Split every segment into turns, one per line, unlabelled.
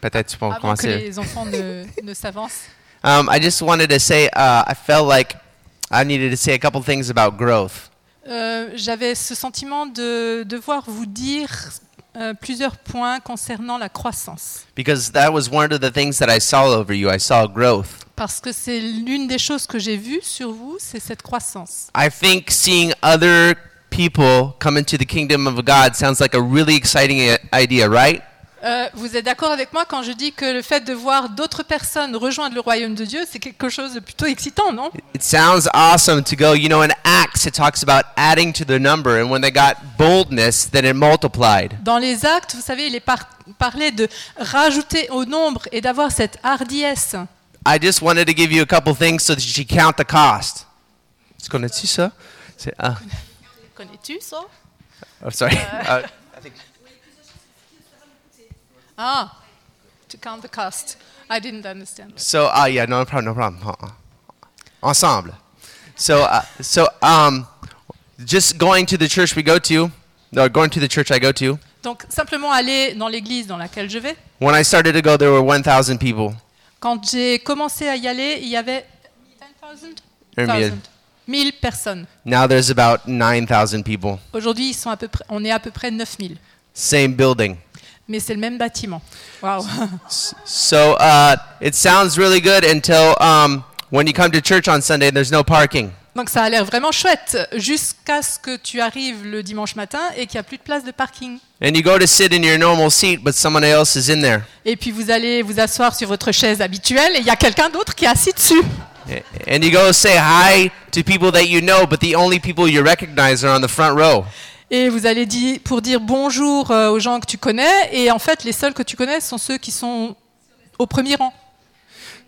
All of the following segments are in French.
peut-être tu peux
avant que
commencer.
les enfants ne, ne s'avancent.
Um, I just wanted to say, uh, I felt like I needed to say a couple things about growth.
Euh, J'avais ce sentiment de devoir vous dire euh, plusieurs points concernant la croissance,
Because that was one of the things that I saw over you. I saw growth.
parce que c'est l'une des choses que j'ai vues sur vous, c'est cette croissance.
I think seeing other people come into the kingdom of God sounds like a really exciting i- idea, right?
Euh, vous êtes d'accord avec moi quand je dis que le fait de voir d'autres personnes rejoindre le royaume de Dieu, c'est quelque chose de plutôt excitant, non
It sounds awesome to go, you know, in Acts, it talks about adding to the number, and when they got boldness, then it multiplied.
Dans les actes, vous savez, il est par- parlé de rajouter au nombre et d'avoir cette hardiesse.
I just wanted to give you a couple things so that you count the cost. Est-ce qu'on a dit ça? C'est- ah,
Connais-tu ça
oh, sorry. Uh,
Ah, to count the cost. I didn't understand.
So, uh, yeah, no problem, no problem. Uh-uh. Ensemble. So, uh, so um, just going to the church we go to, or going to the church I go to,
Donc simplement aller dans l'église dans laquelle je vais.
when I started to go, there were 1,000 people.
Quand j'ai commencé à y aller, il y avait 10,000
Un mille.
1000 1000 personnes.
Now there's about 9,000 people.
Aujourd'hui, ils sont à peu près, on est à peu près 9000.
Same building.
Mais c'est le même bâtiment. Waouh.
So uh, it sounds really good until um, when you come to church on Sunday, there's no parking.
Donc ça a l'air vraiment chouette jusqu'à ce que tu arrives le dimanche matin et qu'il n'y a plus de place de parking.
And you go to sit in your normal seat, but someone else is in there.
Et puis vous allez vous asseoir sur votre chaise habituelle et il y a quelqu'un d'autre qui est assis dessus.
A- And you go say hi to people that you know, but the only people you recognize are on the front row.
Et vous allez dire, pour dire bonjour euh, aux gens que tu connais et en fait les seuls que tu connais sont ceux qui sont au premier rang.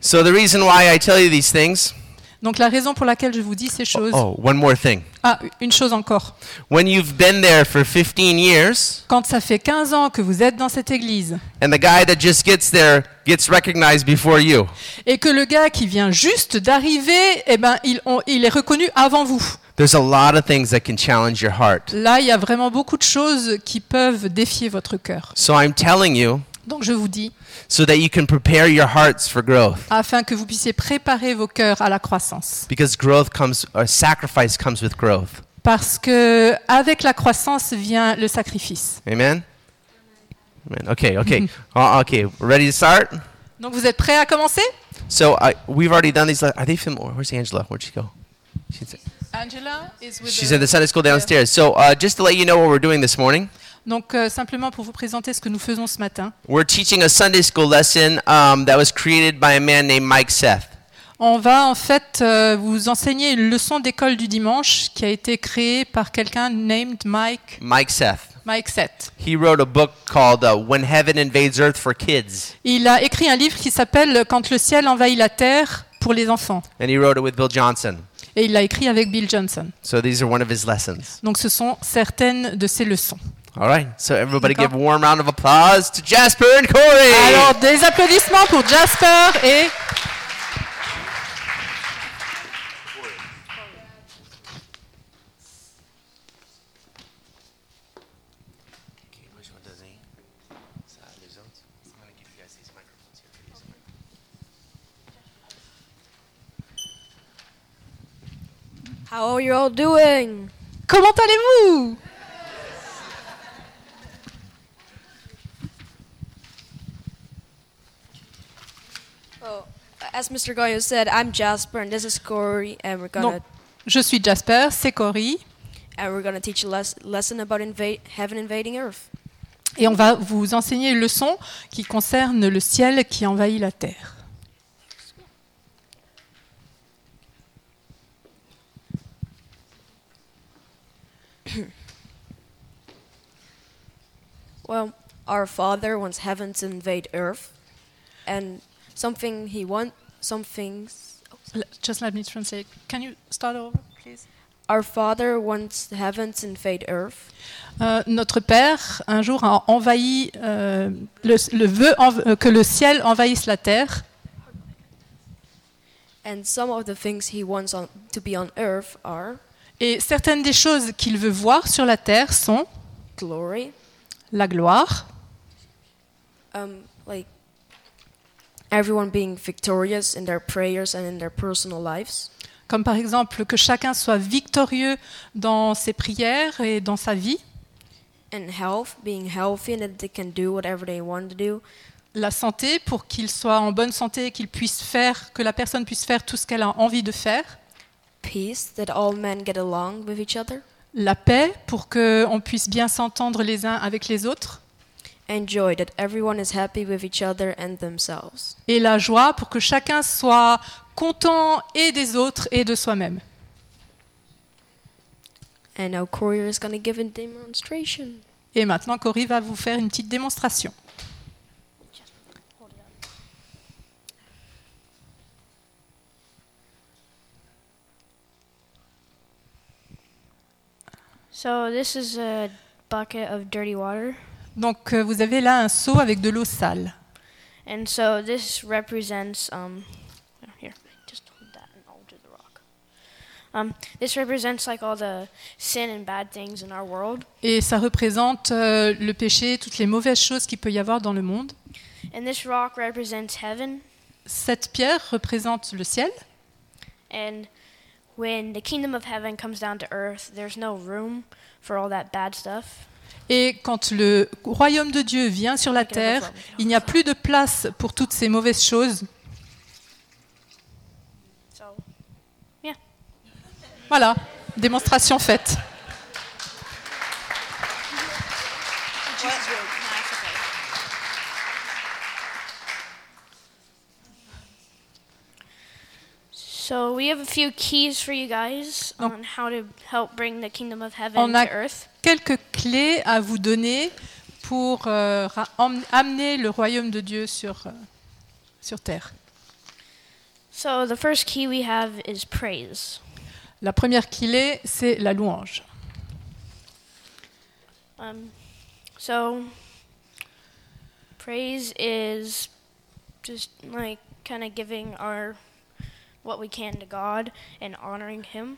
So the reason why I tell you these things.
Donc la raison pour laquelle je vous dis ces choses.
Oh, one more thing.
Ah, une chose encore.
When you've been there for 15 years,
Quand ça fait 15 ans que vous êtes dans cette église
and the guy that just gets there gets recognized before you,
et que le gars qui vient juste d'arriver, eh ben, il, on- il est reconnu avant vous.
there's a lot of things that can challenge your heart.
Là, il y a vraiment beaucoup de choses qui peuvent défier votre cœur.
So I'm telling you
Donc je vous dis,
so that you can prepare your hearts for growth,
afin que vous puissiez préparer vos cœurs à la croissance.
because growth comes, or sacrifice comes with growth.
Parce que avec la croissance vient le sacrifice.
Amen. Amen. Okay. Okay. uh, okay. Ready to start?
Donc vous êtes prêts à commencer
So I, we've already done these. le- Are they familiar? Where's Angela? Where'd she go? She's,
Angela is with
she's
the-
in the Sunday school downstairs. So uh, just to let you know what we're doing this morning.
Donc euh, simplement pour vous présenter ce que nous faisons ce matin.
We're teaching a Sunday school lesson um, that was created by a man named Mike Seth.
On va en fait euh, vous enseigner une leçon d'école du dimanche qui a été créée par quelqu'un named Mike
Mike Seth.
Mike Seth.
He wrote a book called uh, When Heaven Invades Earth for Kids,
Il a écrit un livre qui s'appelle Quand le ciel envahit la terre pour les enfants
and he wrote it with Bill Johnson.
et il l'a écrit avec Bill Johnson.
So these are one of his lessons.
Donc ce sont certaines de ses leçons.
All right. So everybody
Okay.
give a warm round of applause to Jasper and Corey.
Alors des applaudissements pour Jasper et
How are you all doing?
Comment allez-vous
Oh, as Mr. Goyo said, I'm Jasper and this is Corey, and we're gonna
Donc, je suis Jasper, c'est Cory,
and we're gonna teach a les- lesson about invade heaven invading Earth.
et on va vous enseigner une leçon qui concerne le ciel qui envahit la terre.
Well, our Father wants heaven to invade Earth, and something he want some things.
L- Just let me translate. Can you start over, please?
Our Father wants heaven to invade Earth,
Euh, notre Père, un jour, a envahi, euh, le, le veut env- euh, que le ciel envahisse la terre,
and some of the things he wants on, to be on Earth are
et certaines des choses qu'il veut voir sur la terre sont
glory,
la gloire,
um, like everyone being victorious in their prayers and in their personal lives.
comme par exemple que chacun soit victorieux dans ses prières et dans sa vie,
And health, being healthy and that they can do whatever they want to do.
la santé pour qu'il soit en bonne santé et qu'il puisse faire, que la personne puisse faire tout ce qu'elle a envie de faire,
Peace, that all men get along with each other.
la paix pour qu'on puisse bien s'entendre les uns avec les autres,
And joy, that everyone is happy with each other and themselves.
et la joie pour que chacun soit content et des autres et de soi-même.
And now Courier is going to give a demonstration.
Et maintenant, Cory va vous faire une petite démonstration.
So this is a bucket of dirty water,
Donc, euh, vous avez là un seau avec de l'eau sale.
and so this represents um, here, just hold that and I'll do the rock. Um, this represents like all the sin and bad things in our world,
Et ça représente euh, le péché, toutes les mauvaises choses qu'il peut y avoir dans le monde.
and this rock represents heaven.
Cette pierre représente le ciel.
And when the kingdom of heaven comes down to earth, there's no room for all that bad stuff.
Et quand le royaume de Dieu vient sur la terre, il n'y a plus de place pour toutes ces mauvaises choses.
So
Voilà, démonstration faite.
So we have a few keys for you guys
Oh.
on how to help bring the kingdom of heaven
On a-
to earth.
Quelques clés à vous donner pour euh, ra- emmener- amener le royaume de Dieu sur, euh, sur terre.
So the first key we have is praise.
La première clé, c'est la louange.
Um, so praise is just like kind of giving our what we can to God and honoring Him.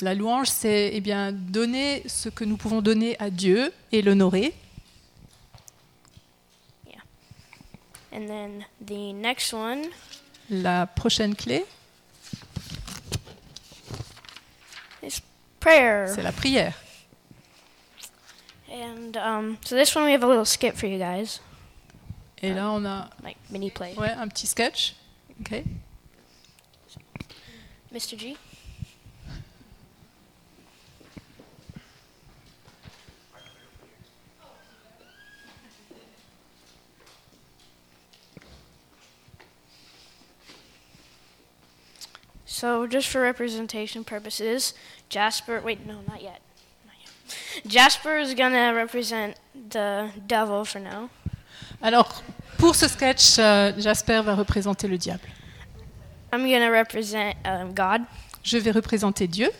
La louange, c'est eh bien donner ce que nous pouvons donner à Dieu et l'honorer.
And then the next one
La prochaine clé,
is prayer.
c'est la prière.
And um, so this one we have a little skit for you guys,
Et là, on a
like mini play.
ouais, un petit sketch. Ok.
Mr. G. So, just for representation purposes, Jasper. Wait, no, not yet. Not yet. Jasper is gonna represent the devil for now.
Alors, pour ce sketch, euh, Jasper va représenter le diable.
I'm gonna represent um, God,
Je vais représenter Dieu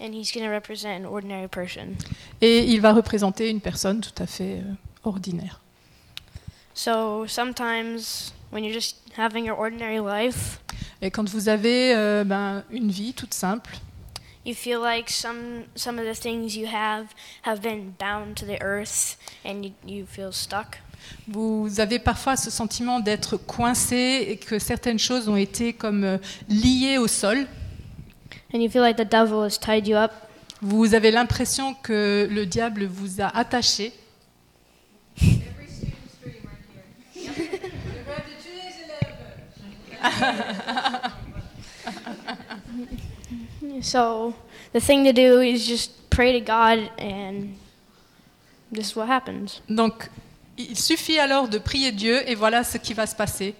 and he's gonna represent an ordinary person.
et il va représenter une personne tout à fait euh, ordinaire.
So sometimes when you're just having your ordinary life,
Et quand vous avez euh, ben, une vie toute simple,
you feel like some some of the things you have have been bound to the earth and you, you feel stuck.
vous avez parfois ce sentiment d'être coincé et que certaines choses ont été comme euh, liées au sol.
And you feel like the devil has tied you up.
Vous avez l'impression que le diable vous a attaché.
So the thing to do is just pray to God and this is what happens.
Donc, il suffit alors de prier Dieu et voilà ce qui va se passer.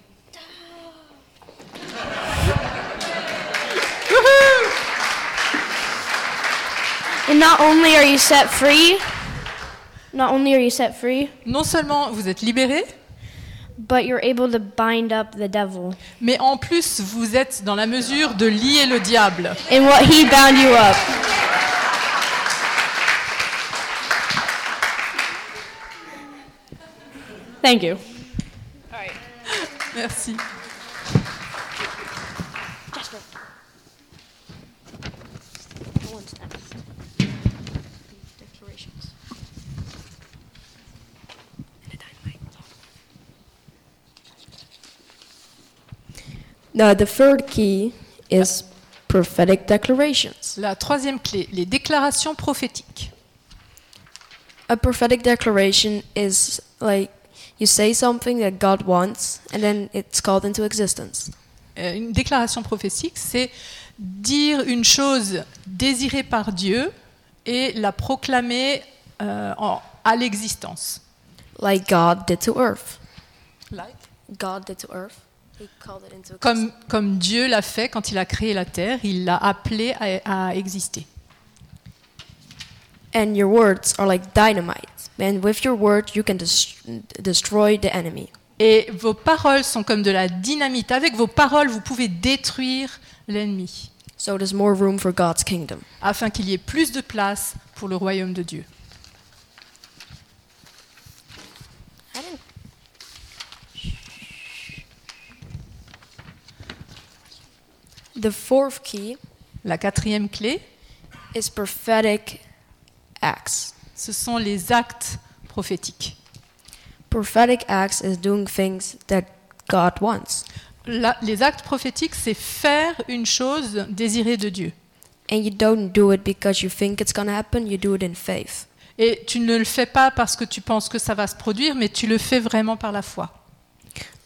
And not only are you set free, not only are you set free,
Non seulement vous êtes libéré,
but you're able to bind up the devil
Mais en plus, vous êtes dans la mesure de lier le diable.
in what he bound you up.
Thank you.
Merci.
Now, the third key is prophetic declarations.
La troisième clé, les déclarations prophétiques.
A prophetic declaration is like you say something that God wants and then it's called into existence.
Euh, Une déclaration prophétique, c'est dire une chose désirée par Dieu et la proclamer euh, en- à l'existence.
Like God did to earth.
Like
God did to earth. He called it into
comme, comme Dieu l'a fait quand il a créé la terre, il l'a appelé à, à exister.
And your words are like dynamite. And with your word, you can dest- destroy the enemy.
Et vos paroles sont comme de la dynamite. Avec vos paroles, vous pouvez détruire l'ennemi,
So there's more room for God's kingdom.
afin qu'il y ait plus de place pour le royaume de Dieu.
I didn't.
The fourth key
La quatrième clé,
is prophetic acts.
ce sont les actes prophétiques.
Prophetic acts is doing things that God wants.
La- les actes prophétiques, c'est faire une chose désirée de Dieu.
And you don't do it because you think it's going to happen, you do it in faith.
Et tu ne le fais pas parce que tu penses que ça va se produire, mais tu le fais vraiment par la foi.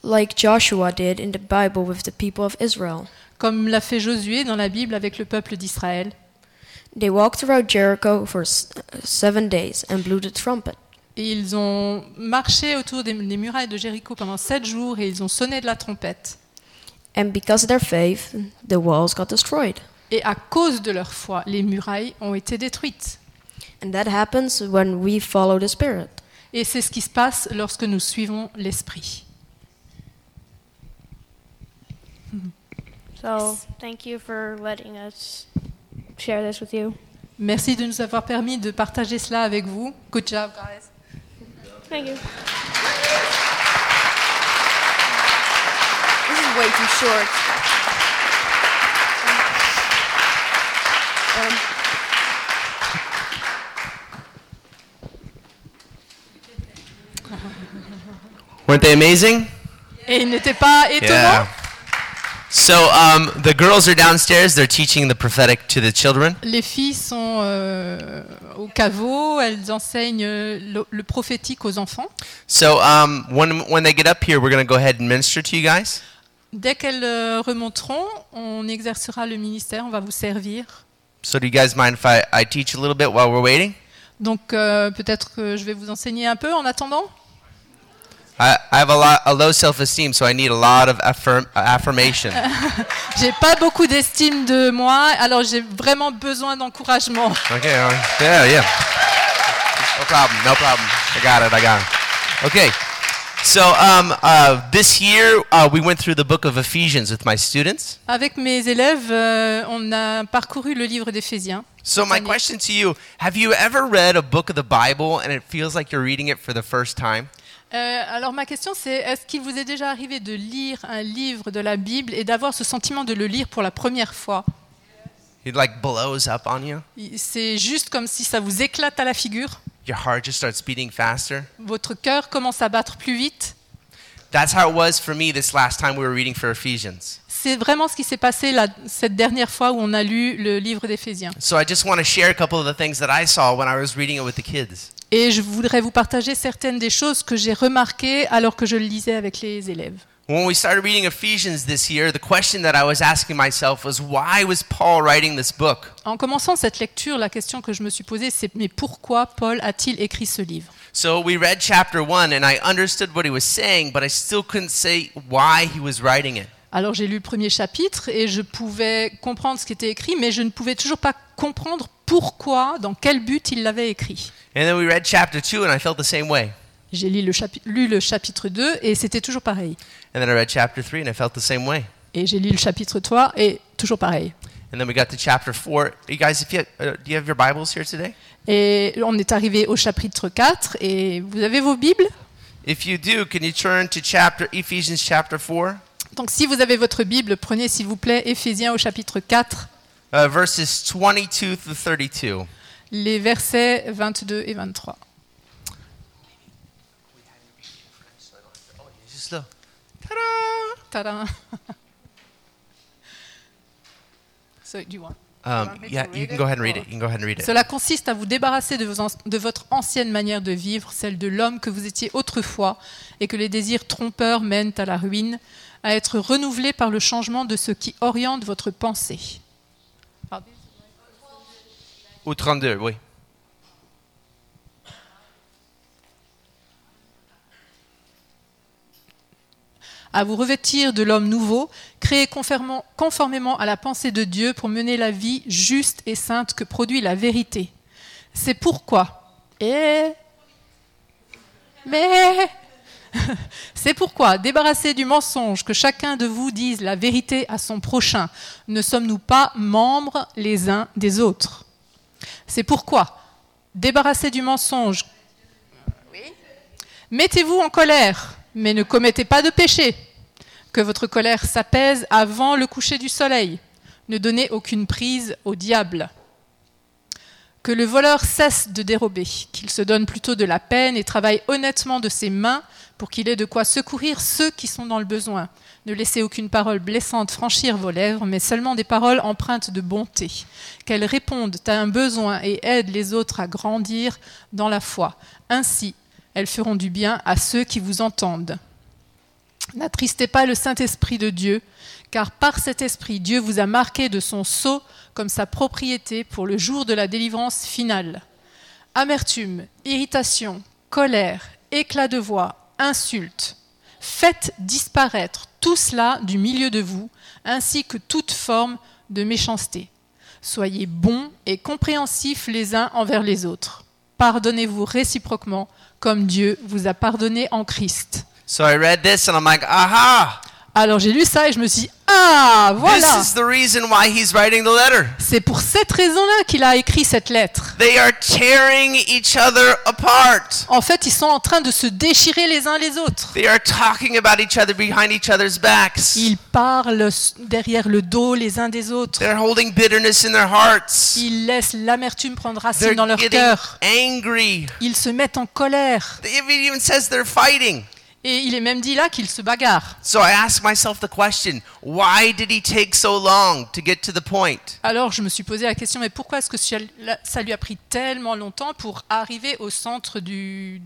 Like Joshua did in the Bible with the people of Israel.
Comme l'a fait Josué dans la Bible avec le peuple d'Israël.
They walked around Jericho for s- seven days and blew the trumpet.
Et ils ont marché autour des, des murailles de Jéricho pendant sept jours et ils ont sonné de la trompette.
And because of their faith, the walls got destroyed.
Et à cause de leur foi, les murailles ont été détruites.
And that happens when we follow the Spirit.
Et c'est ce qui se passe lorsque nous suivons l'Esprit.
So thank you for letting us share this with you.
Merci de nous avoir permis de partager cela avec vous. Good job, guys.
Thank you.
This is way too short.
Weren't they amazing?
Et il n'était pas étonnant
So um, the girls are downstairs. They're teaching the prophetic to the children.
Les filles sont euh, au caveau, elles enseignent euh, le, le prophétique aux enfants.
So um, when when they get up here, we're gonna go ahead and minister to you guys.
Dès qu'elles euh, remonteront, on exercera le ministère, on va vous servir.
So do you guys mind if I, I teach a little bit while we're waiting?
Donc euh, peut-être que je vais vous enseigner un peu en attendant.
I, I have a lot a low self esteem, so I need a lot of affirm, affirmation.
J'ai pas beaucoup d'estime de moi, alors j'ai vraiment besoin d'encouragement.
Okay. all right. Yeah, yeah. No problem. No problem. I got it. I got it. Okay. So um, uh, this year uh, we went through the book of Ephesians with my students.
Avec mes élèves, euh, on a parcouru le livre d'Éphésiens.
So my
Sunday.
question to you: Have you ever read a book of the Bible and it feels like you're reading it for the first time?
Euh, alors ma question c'est, est-ce qu'il vous est déjà arrivé de lire un livre de la Bible et d'avoir ce sentiment de le lire pour la première fois
It like blows up on you.
Il- C'est juste comme si ça vous éclate à la figure,
Your heart just starts beating faster.
votre cœur commence à battre plus vite.
That's how it was for me this last time we were reading for Ephesians.
C'est vraiment ce qui s'est passé la- cette dernière fois où on a lu le livre d'Éphésiens.
So I just want to share a couple of the things that I saw when I was reading it with the kids.
Et je voudrais vous partager certaines des choses que j'ai remarquées alors que je le lisais avec les élèves.
When we started reading Ephesians this year, the question that I was asking myself was why was Paul writing this book?
En commençant cette lecture, la question que je me suis posée, c'est mais pourquoi Paul a-t-il écrit ce livre
So we read chapter 1 and I understood what he was saying, but I still couldn't say why he was writing it.
Alors j'ai lu le premier chapitre et je pouvais comprendre ce qui était écrit, mais je ne pouvais toujours pas comprendre pourquoi, dans quel but il l'avait écrit.
And then we read chapter 2 and I felt the same way.
J'ai lu le, chapi- lu le chapitre 2 et c'était toujours pareil.
And then I read chapter 3 and I felt the same way.
Et j'ai lu le chapitre 3 et toujours pareil.
And then we got to chapter 4. You guys, if you, uh, do you have your Bibles here today?
Et on est arrivé au chapitre 4 et vous avez vos Bibles
If you do, can you turn to chapter Ephesians chapter 4,
Donc si vous avez votre Bible, prenez s'il vous plaît Éphésiens au chapitre 4,
uh, verses 22 through 32.
les versets 22 et 23.
Just look. Ta-da!
Tadam. So, do you want?
Um, yeah, you can go ahead and read it. You can go ahead and read it.
Cela consiste à vous débarrasser de, vos ans- de votre ancienne manière de vivre, celle de l'homme que vous étiez autrefois, et que les désirs trompeurs mènent à la ruine, à être renouvelé par le changement de ce qui oriente votre pensée.
Au 32, oui.
à vous revêtir de l'homme nouveau, créé conformément, conformément à la pensée de Dieu pour mener la vie juste et sainte que produit la vérité. C'est pourquoi. Et. Mais. C'est pourquoi, débarrassé du mensonge, que chacun de vous dise la vérité à son prochain, ne sommes-nous pas membres les uns des autres C'est pourquoi, débarrassé du mensonge, Mettez-vous en colère, mais ne commettez pas de péché. Que votre colère s'apaise avant le coucher du soleil. Ne donnez aucune prise au diable. Que le voleur cesse de dérober, qu'il se donne plutôt de la peine et travaille honnêtement de ses mains pour qu'il ait de quoi secourir ceux qui sont dans le besoin. Ne laissez aucune parole blessante franchir vos lèvres, mais seulement des paroles empreintes de bonté, qu'elles répondent à un besoin et aident les autres à grandir dans la foi. Ainsi, elles feront du bien à ceux qui vous entendent. N'attristez pas le Saint-Esprit de Dieu, car par cet Esprit, Dieu vous a marqué de son sceau comme sa propriété pour le jour de la délivrance finale. Amertume, irritation, colère, éclat de voix, insultes, faites disparaître tout cela du milieu de vous, ainsi que toute forme de méchanceté. Soyez bons et compréhensifs les uns envers les autres. Pardonnez-vous réciproquement comme Dieu vous a pardonné en Christ.
So I read this and I'm like, aha,
Alors j'ai lu ça et je me suis dit, ah, voilà,
this is the reason why he's writing the letter.
c'est pour cette raison-là qu'il a écrit cette lettre.
They are tearing each other apart.
En fait, ils sont en train de se déchirer les uns les autres.
They are talking about each other behind each other's backs.
Ils parlent s- derrière le dos les uns des autres.
They're holding bitterness in their hearts.
Ils laissent l'amertume prendre
They're
racine dans leur
getting
cœur.
angry.
Ils se mettent en colère.
It even says they're fighting.
Et il est même dit là qu'ils se bagarrent.
So I asked myself the question, why did he take so long to get to the point?
Alors je me suis posé la question, mais pourquoi est-ce que cela- ça lui a pris tellement longtemps pour arriver au centre du,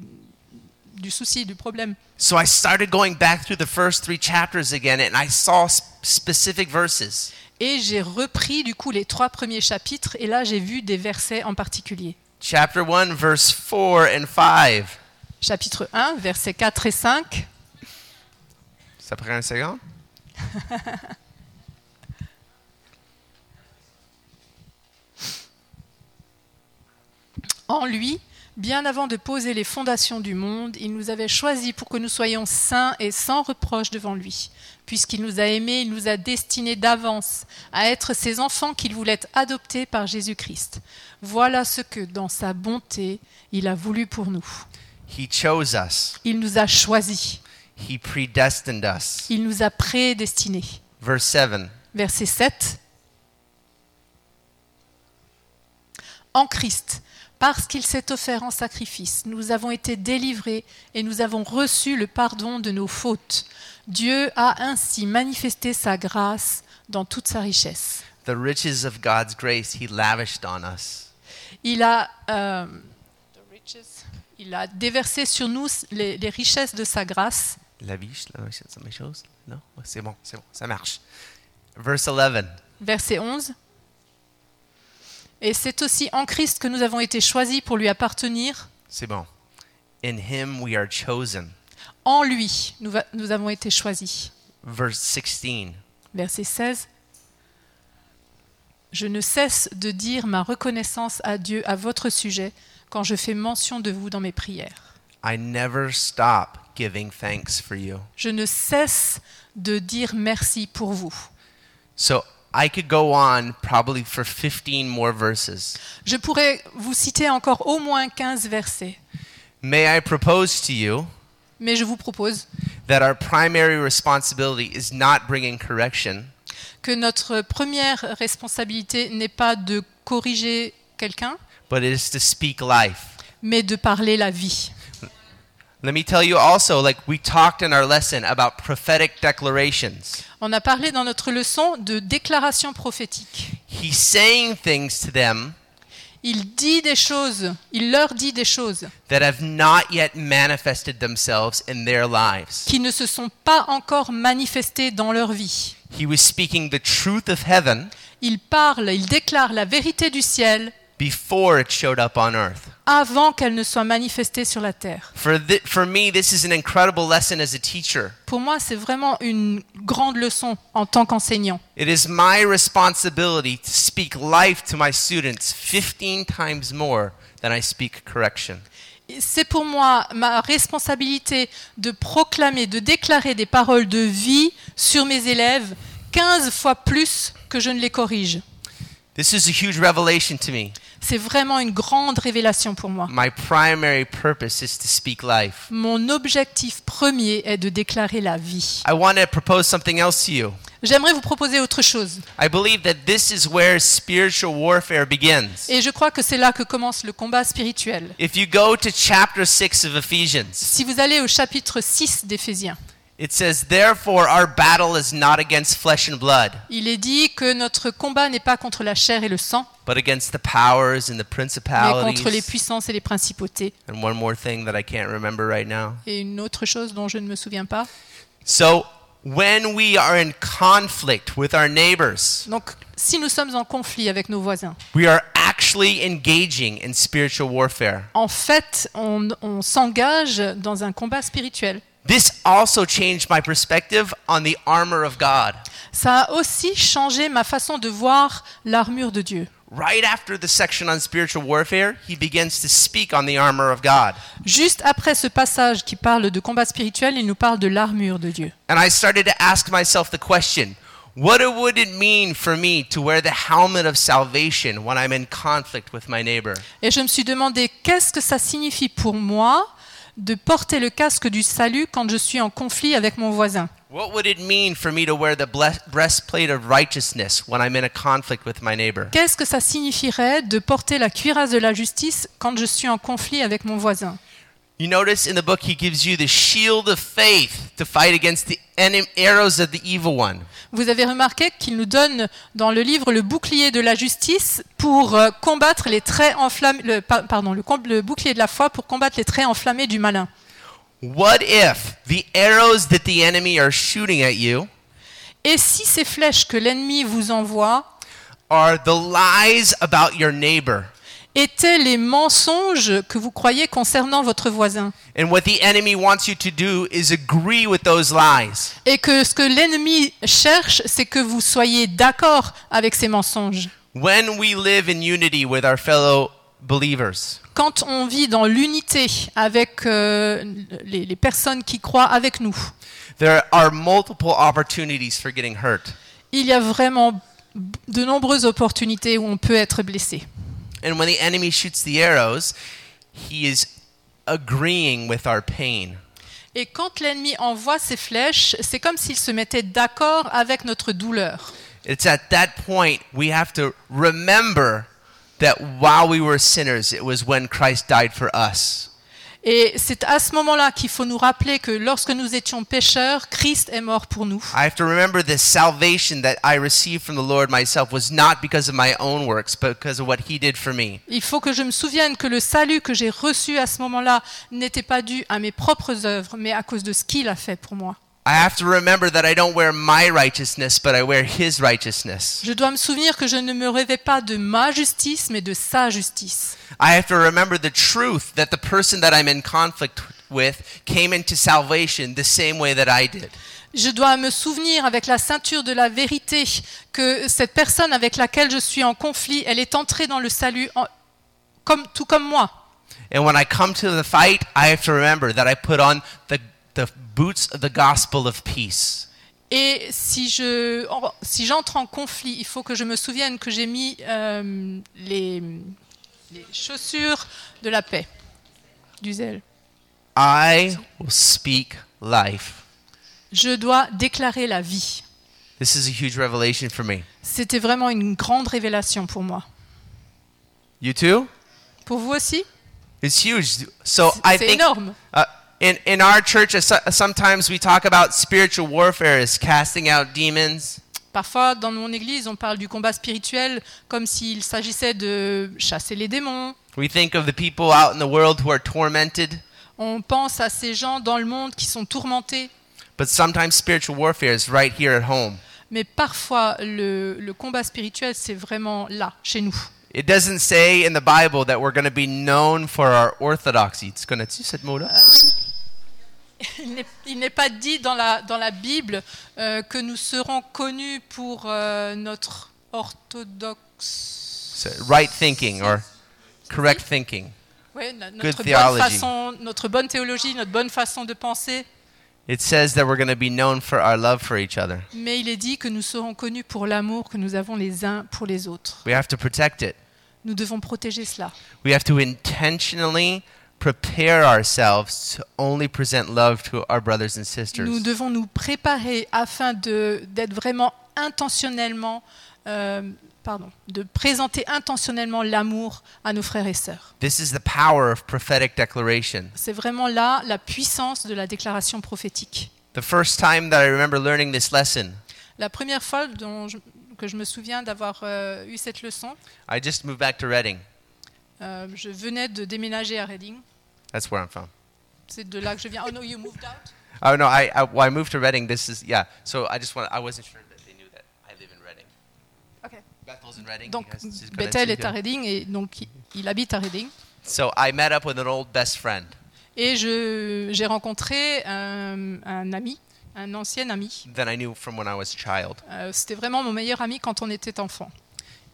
du souci, du problème
So I started going back through the first three chapters again and I saw sp- specific verses.
Et j'ai repris du coup les trois premiers chapitres et là j'ai vu des versets en particulier.
Chapter 1, verse 4 and 5.
Chapitre 1, versets 4 et 5.
Ça prend un second?
En lui, bien avant de poser les fondations du monde, il nous avait choisis pour que nous soyons saints et sans reproche devant lui. Puisqu'il nous a aimés, il nous a destinés d'avance à être ses enfants qu'il voulait adopter par Jésus-Christ. Voilà ce que, dans sa bonté, il a voulu pour nous.
He chose us.
Il nous a choisis,
He predestined us.
il nous a prédestinés.
Verse 7.
verset 7. En Christ, parce qu'il s'est offert en sacrifice, nous avons été délivrés et nous avons reçu le pardon de nos fautes. Dieu a ainsi manifesté sa grâce dans toute sa richesse.
The riches of God's grace he lavished on us.
Il a, euh, il a déversé sur nous les- les richesses de sa grâce.
La vie, je- là, c'est mes choses. Non, Ouais, c'est bon, c'est bon, ça marche. Verse 11.
verset 11. Et c'est aussi en Christ que nous avons été choisis pour lui appartenir.
C'est bon. In him we are chosen.
En lui, nous, va- nous avons été choisis.
Verse 16.
Verset 16. Je ne cesse de dire ma reconnaissance à Dieu à votre sujet quand je fais mention de vous dans mes prières.
I never stop giving thanks for you.
Je ne cesse de dire merci pour vous.
So I could go on probably for 15 more verses.
Je pourrais vous citer encore au moins 15 versets,
May I propose to you
mais je vous propose
that our primary responsibility is not bringing correction,
que notre première responsabilité n'est pas de corriger quelqu'un,
but it is to speak life.
mais de parler la vie.
Let me tell you also, like we talked in our lesson about prophetic declarations.
On a parlé dans notre leçon de déclaration prophétique.
He's saying things to them
Il dit des choses, il leur dit des choses
that have not yet manifested themselves in their lives.
qui ne se sont pas encore manifestées dans leur vie.
He was speaking the truth of heaven
Il parle, il déclare la vérité du ciel
before it showed up on earth.
avant qu'elle ne soit manifestée sur la terre.
For, th- for me, this is an incredible lesson as a teacher.
Pour moi, c'est vraiment une grande leçon en tant qu'enseignant.
It is my responsibility to speak life to my students 15 times more than I speak correction.
C'est pour moi ma responsabilité de proclamer, de déclarer des paroles de vie sur mes élèves 15 fois plus que je ne les corrige.
This is a huge revelation to me.
C'est vraiment une grande révélation pour moi.
My primary purpose is to speak life.
Mon objectif premier est de déclarer la vie.
I want to propose something else to you.
J'aimerais vous proposer autre chose.
I believe that this is where spiritual warfare begins.
Et je crois que c'est là que commence le combat spirituel.
If you go to chapter 6 of Ephesians,
Si vous allez au chapitre 6 d'Éphésiens,
it says, Therefore, our battle is not against flesh and blood,
il est dit que notre combat n'est pas contre la chair et le sang,
but against the powers and the Ah,
mais contre les
principalities.
puissances et les principautés.
And one more thing that I can't remember right now.
Et une autre chose dont je ne me souviens pas.
So, when we are in conflict with our neighbors,
Donc, si nous sommes en conflit avec nos voisins,
we are actually engaging in spiritual warfare.
en fait, on, on s'engage dans un combat spirituel.
This also changed my perspective on the armor of God.
Ça a aussi changé ma façon de voir l'armure de Dieu.
Right after the section on spiritual warfare, he begins to speak on the armor of God.
Juste après ce passage qui parle de combat spirituel, il nous parle de l'armure de Dieu.
And I started to ask myself the question what it- would it mean for me to wear the helmet of salvation when I'm in conflict with my neighbor?
Et je me suis demandé qu'est-ce que ça signifie pour moi de porter le casque du salut quand je suis en conflit avec mon voisin.
What would it mean for me to wear the ble- breastplate of righteousness when I'm in a conflict with my neighbor?
Qu'est-ce que ça signifierait de porter la cuirasse de la justice quand je suis en conflit avec mon voisin
You notice in the book, he gives you the shield of faith to fight against the enem- arrows of the evil one.
Vous avez remarqué qu'il nous donne dans le livre le bouclier de la justice pour euh, combattre les traits enflammés, le, pa- pardon, le, com- le bouclier de la foi pour combattre les traits enflammés du malin.
What if the arrows that the enemy are shooting at you
Et si ces flèches que l'ennemi vous envoie
are the lies about your neighbor
étaient les mensonges que vous croyez concernant votre voisin
And what the enemy wants you to do is agree with those lies.
et que ce que l'ennemi cherche, c'est que vous soyez d'accord avec ces mensonges.
When we live in unity with our fellow believers,
Quand on vit dans l'unité avec euh, les, les personnes qui croient avec nous,
there are multiple opportunities for getting hurt.
il y a vraiment de nombreuses opportunités où on peut être blessé.
And when the enemy shoots the arrows, he is agreeing with our pain.
Et quand l'ennemi envoie ses flèches, c'est comme s'il se mettait d'accord avec notre douleur.
It's at that point we have to remember that while we were sinners, it was when Christ died for us.
Et c'est à ce moment-là qu'il faut nous rappeler que lorsque nous étions pécheurs, Christ est mort pour nous.
I have to remember the salvation that I received from the Lord myself was not because of my own works, but because of what he did for me.
Il faut que je me souvienne que le salut que j'ai reçu à ce moment-là n'était pas dû à mes propres œuvres, mais à cause de ce qu'il a fait pour moi.
I have to remember that I don't wear my righteousness, but I wear his righteousness.
Je dois me souvenir que je ne me rêvais pas de ma justice, mais de sa justice.
I have to remember the truth that the person that I'm in conflict with came into salvation the same way that I did.
Je dois me souvenir avec la ceinture de la vérité que cette personne avec laquelle je suis en conflit, elle est entrée dans le salut en- comme, tout comme moi.
And when I come to the fight, I have to remember that I put on the, the boots of the gospel of peace.
Et si je en- si j'entre en conflit, il faut que je me souvienne que j'ai mis euh, les, les chaussures de la paix, du zèle.
I will speak life.
Je dois déclarer la vie.
This is a huge revelation for me.
C'était vraiment une grande révélation pour moi.
You too?
Pour vous aussi
It's huge. So
C'est-
I
c'est
think
énorme.
Uh, in in our church, uh, so- sometimes we talk about spiritual warfare as casting out demons.
Parfois, dans mon église, on parle du combat spirituel comme s'il s'agissait de chasser les démons.
We think of the people out in the world who are tormented,
On pense à ces gens dans le monde qui sont tourmentés.
but sometimes spiritual warfare is right here at home.
Mais parfois, le, le combat spirituel, c'est vraiment là, chez nous.
It doesn't say in the Bible that we're going to be known for our orthodoxy. Tu connais-tu cette mot-là?
Il n'est- Il n'est pas dit dans la, dans la Bible euh, que nous serons connus pour euh, notre orthodoxe.
So, right thinking or correct thinking.
Ouais, la-
Good
notre, bonne
theology.
façon, notre bonne théologie, notre bonne façon de penser.
It says that we're going to be known for our love for each other.
Mais il est dit que nous serons connus pour l'amour que nous avons les uns pour les autres.
We have to protect it.
Nous devons protéger cela.
We have to intentionally prepare ourselves to only present love to our brothers and
Nous
sisters.
devons nous préparer afin de- d'être vraiment intentionnellement, euh, pardon, de présenter intentionnellement l'amour à nos frères et sœurs.
This is the power of prophetic declaration.
C'est vraiment là la puissance de la déclaration prophétique.
The first time that I remember learning this lesson,
La première fois dont je- que je me souviens d'avoir euh, eu cette leçon,
I just moved back to Reading.
euh, je venais de déménager à Reading.
That's where I'm from.
C'est de là que je viens. Oh no, you moved out.
Oh no, I, I, well, I moved to Reading. This is yeah. So I just want I wasn't sure that they knew that I live in Reading.
Okay.
Bethel's in Reading.
Donc
you guys- she's gonna
Bethel
see
est à
you.
Reading et donc il- il habite à Reading.
So I met up with an old best friend.
Et je- j'ai rencontré un, un ami, un ancien ami.
that I knew from when I was a child.
Euh, C'était vraiment mon meilleur ami quand on était enfant.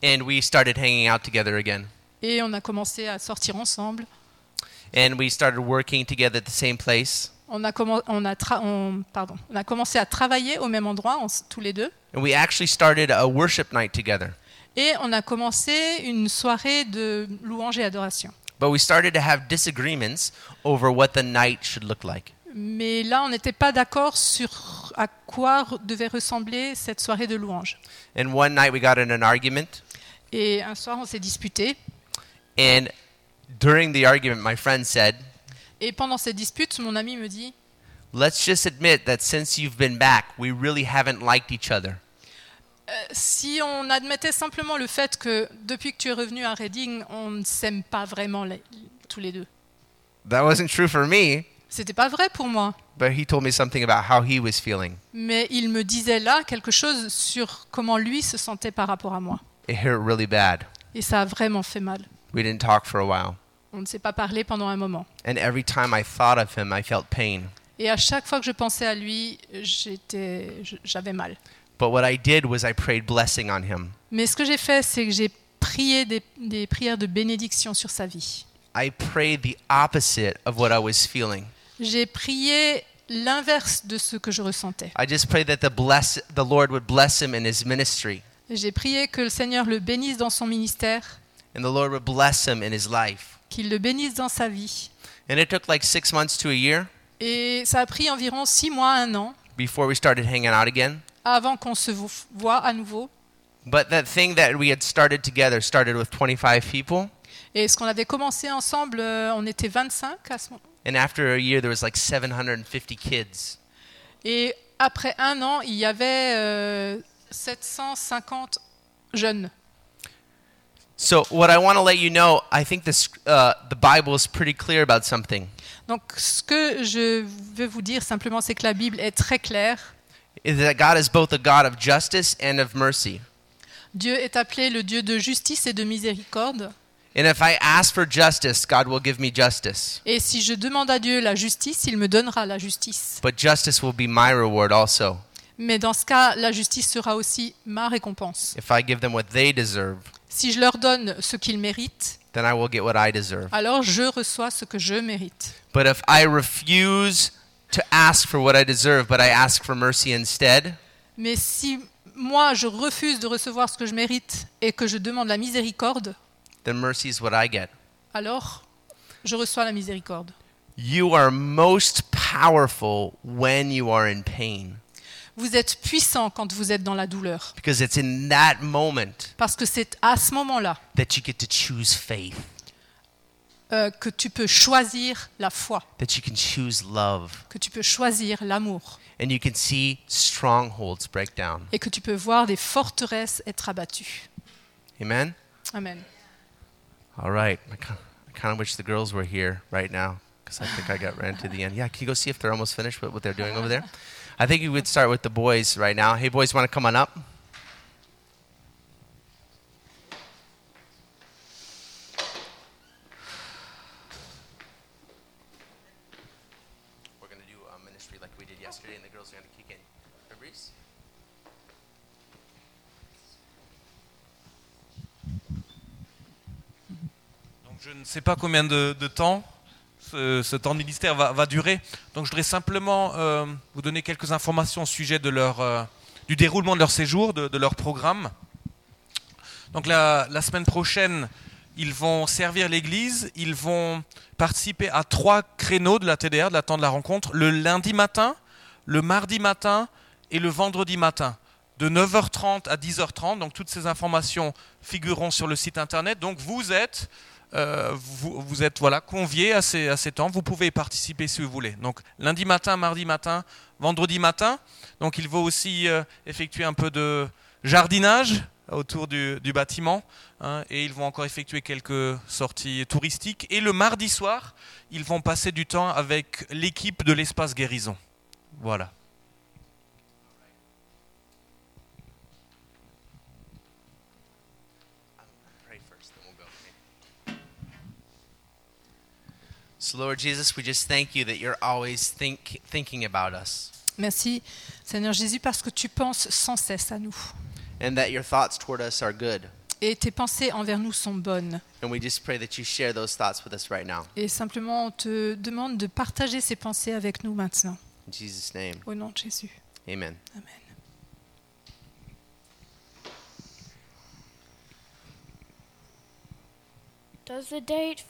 And we started hanging out together again.
Et on a commencé à sortir ensemble.
And we started working together at the same place.
On a, commen- on a tra- on- pardon, on a commencé à travailler au même endroit, en s- tous les deux.
And we actually started a worship night together.
Et on a commencé une soirée de louange et adoration.
But we started to have disagreements over what the night should look like.
Mais là, on n'était pas d'accord sur à quoi re- devait ressembler cette soirée de louange.
And one night we got in an argument.
Et un soir, on s'est disputé.
And during the argument, my friend said,
Et pendant cette dispute, mon ami me dit
Let's just admit that since you've been back, we really haven't liked each other.
Si on admettait simplement le fait que depuis que tu es revenu à Reading, on ne s'aime pas vraiment les- tous les deux.
That wasn't true for me,
C'était pas vrai pour moi,
but he told me something about how he was feeling.
mais il me disait là quelque chose sur comment lui se sentait par rapport à moi.
It hurt really bad.
Et ça a vraiment fait mal.
We didn't talk for a while.
On ne s'est pas parlé pendant un moment.
And every time I thought of him, I felt pain.
Et à chaque fois que je pensais à lui, j'étais, je- j'avais mal.
But what I did was I prayed blessing on him.
Mais ce que j'ai fait, c'est que j'ai prié des, des prières de bénédiction sur sa vie.
I prayed the opposite of what I was feeling.
J'ai prié l'inverse de ce que je ressentais.
I just prayed that the bless the Lord would bless him in his ministry
J'ai prié que le Seigneur le bénisse dans son ministère,
and the Lord would bless him in his life.
qu'il le bénisse dans sa vie.
And it took like 6 months to a year
Et ça a pris environ six mois, un an,
before we started hanging out again.
avant qu'on se vo- voit à nouveau.
But that thing that we had started together started with 25 people
Et ce qu'on avait commencé ensemble, euh, on était 25 à ce moment.
and after a year there was like 750 kids.
Et après un an, il y avait euh, 750 jeunes.
So what I want to let you know, I think this uh, the Bible is pretty clear about something.
Donc ce que je veux vous dire simplement, c'est que la Bible est très claire.
is that God is both a God of justice and of mercy.
Dieu est appelé le Dieu de justice et de miséricorde.
And if I ask for justice, God will give me justice.
Et si je demande à Dieu la justice, il me donnera la justice.
But justice will be my reward also.
Mais dans ce cas, la justice sera aussi ma récompense.
If I give them what they deserve,
Si je leur donne ce qu'ils méritent,
then I will get what I deserve.
alors je reçois ce que je mérite.
But if I refuse to ask for what I deserve, but I ask for mercy instead,
Mais si moi, je refuse de recevoir ce que je mérite et que je demande la miséricorde,
then mercy is what I get.
alors je reçois la miséricorde.
You are most powerful when you are in pain
Vous êtes puissant quand vous êtes dans la douleur,
because it's in that moment
parce que c'est à ce moment-là
that you get to choose faith,
euh, que tu peux choisir la foi,
that you can choose love,
que tu peux choisir l'amour,
and you can see strongholds break down.
et que tu peux voir des forteresses être abattues.
Amen?
Amen.
All right. I kind of, I kind of wish the girls were here right now because I think I got ran to the end. Yeah, can you go see if they're almost finished with what they're doing over there? I think we would start with the boys right now. Hey, boys, want to come on up? We're going to do a ministry like we did yesterday, and the girls are going to kick in. Fabrice?
Donc je ne sais pas combien de, de temps ce, ce temps de ministère va, va durer. Donc je voudrais simplement euh, vous donner quelques informations au sujet de leur, euh, du déroulement de leur séjour, de, de leur programme. Donc la, la semaine prochaine, ils vont servir l'Église, ils vont participer à trois créneaux de la TDR, de la tente de la rencontre, le lundi matin, le mardi matin et le vendredi matin, de 9h30 à 10h30. Donc toutes ces informations figureront sur le site internet. Donc vous êtes euh, vous, vous êtes voilà, conviés à ces, à ces temps. Vous pouvez y participer si vous voulez. Donc lundi matin, mardi matin, vendredi matin. Donc il faut aussi euh, effectuer un peu de jardinage autour du, du bâtiment. hein, et ils vont encore effectuer quelques sorties touristiques. Et le mardi soir, ils vont passer du temps avec l'équipe de l'espace guérison. Voilà.
Pray first, then we'll go. So, Lord Jesus, we just thank you that you're always think, thinking about us
Merci Seigneur Jésus parce que tu penses sans cesse à nous.
and that your thoughts toward us are good.
Et tes pensées envers nous sont bonnes.
And we just pray that you share those thoughts with us right now.
Et simplement, on te demande de partager ces pensées avec nous maintenant.
In Jesus' name,
Au nom de Jésus.
amen.
Amen.
Does the date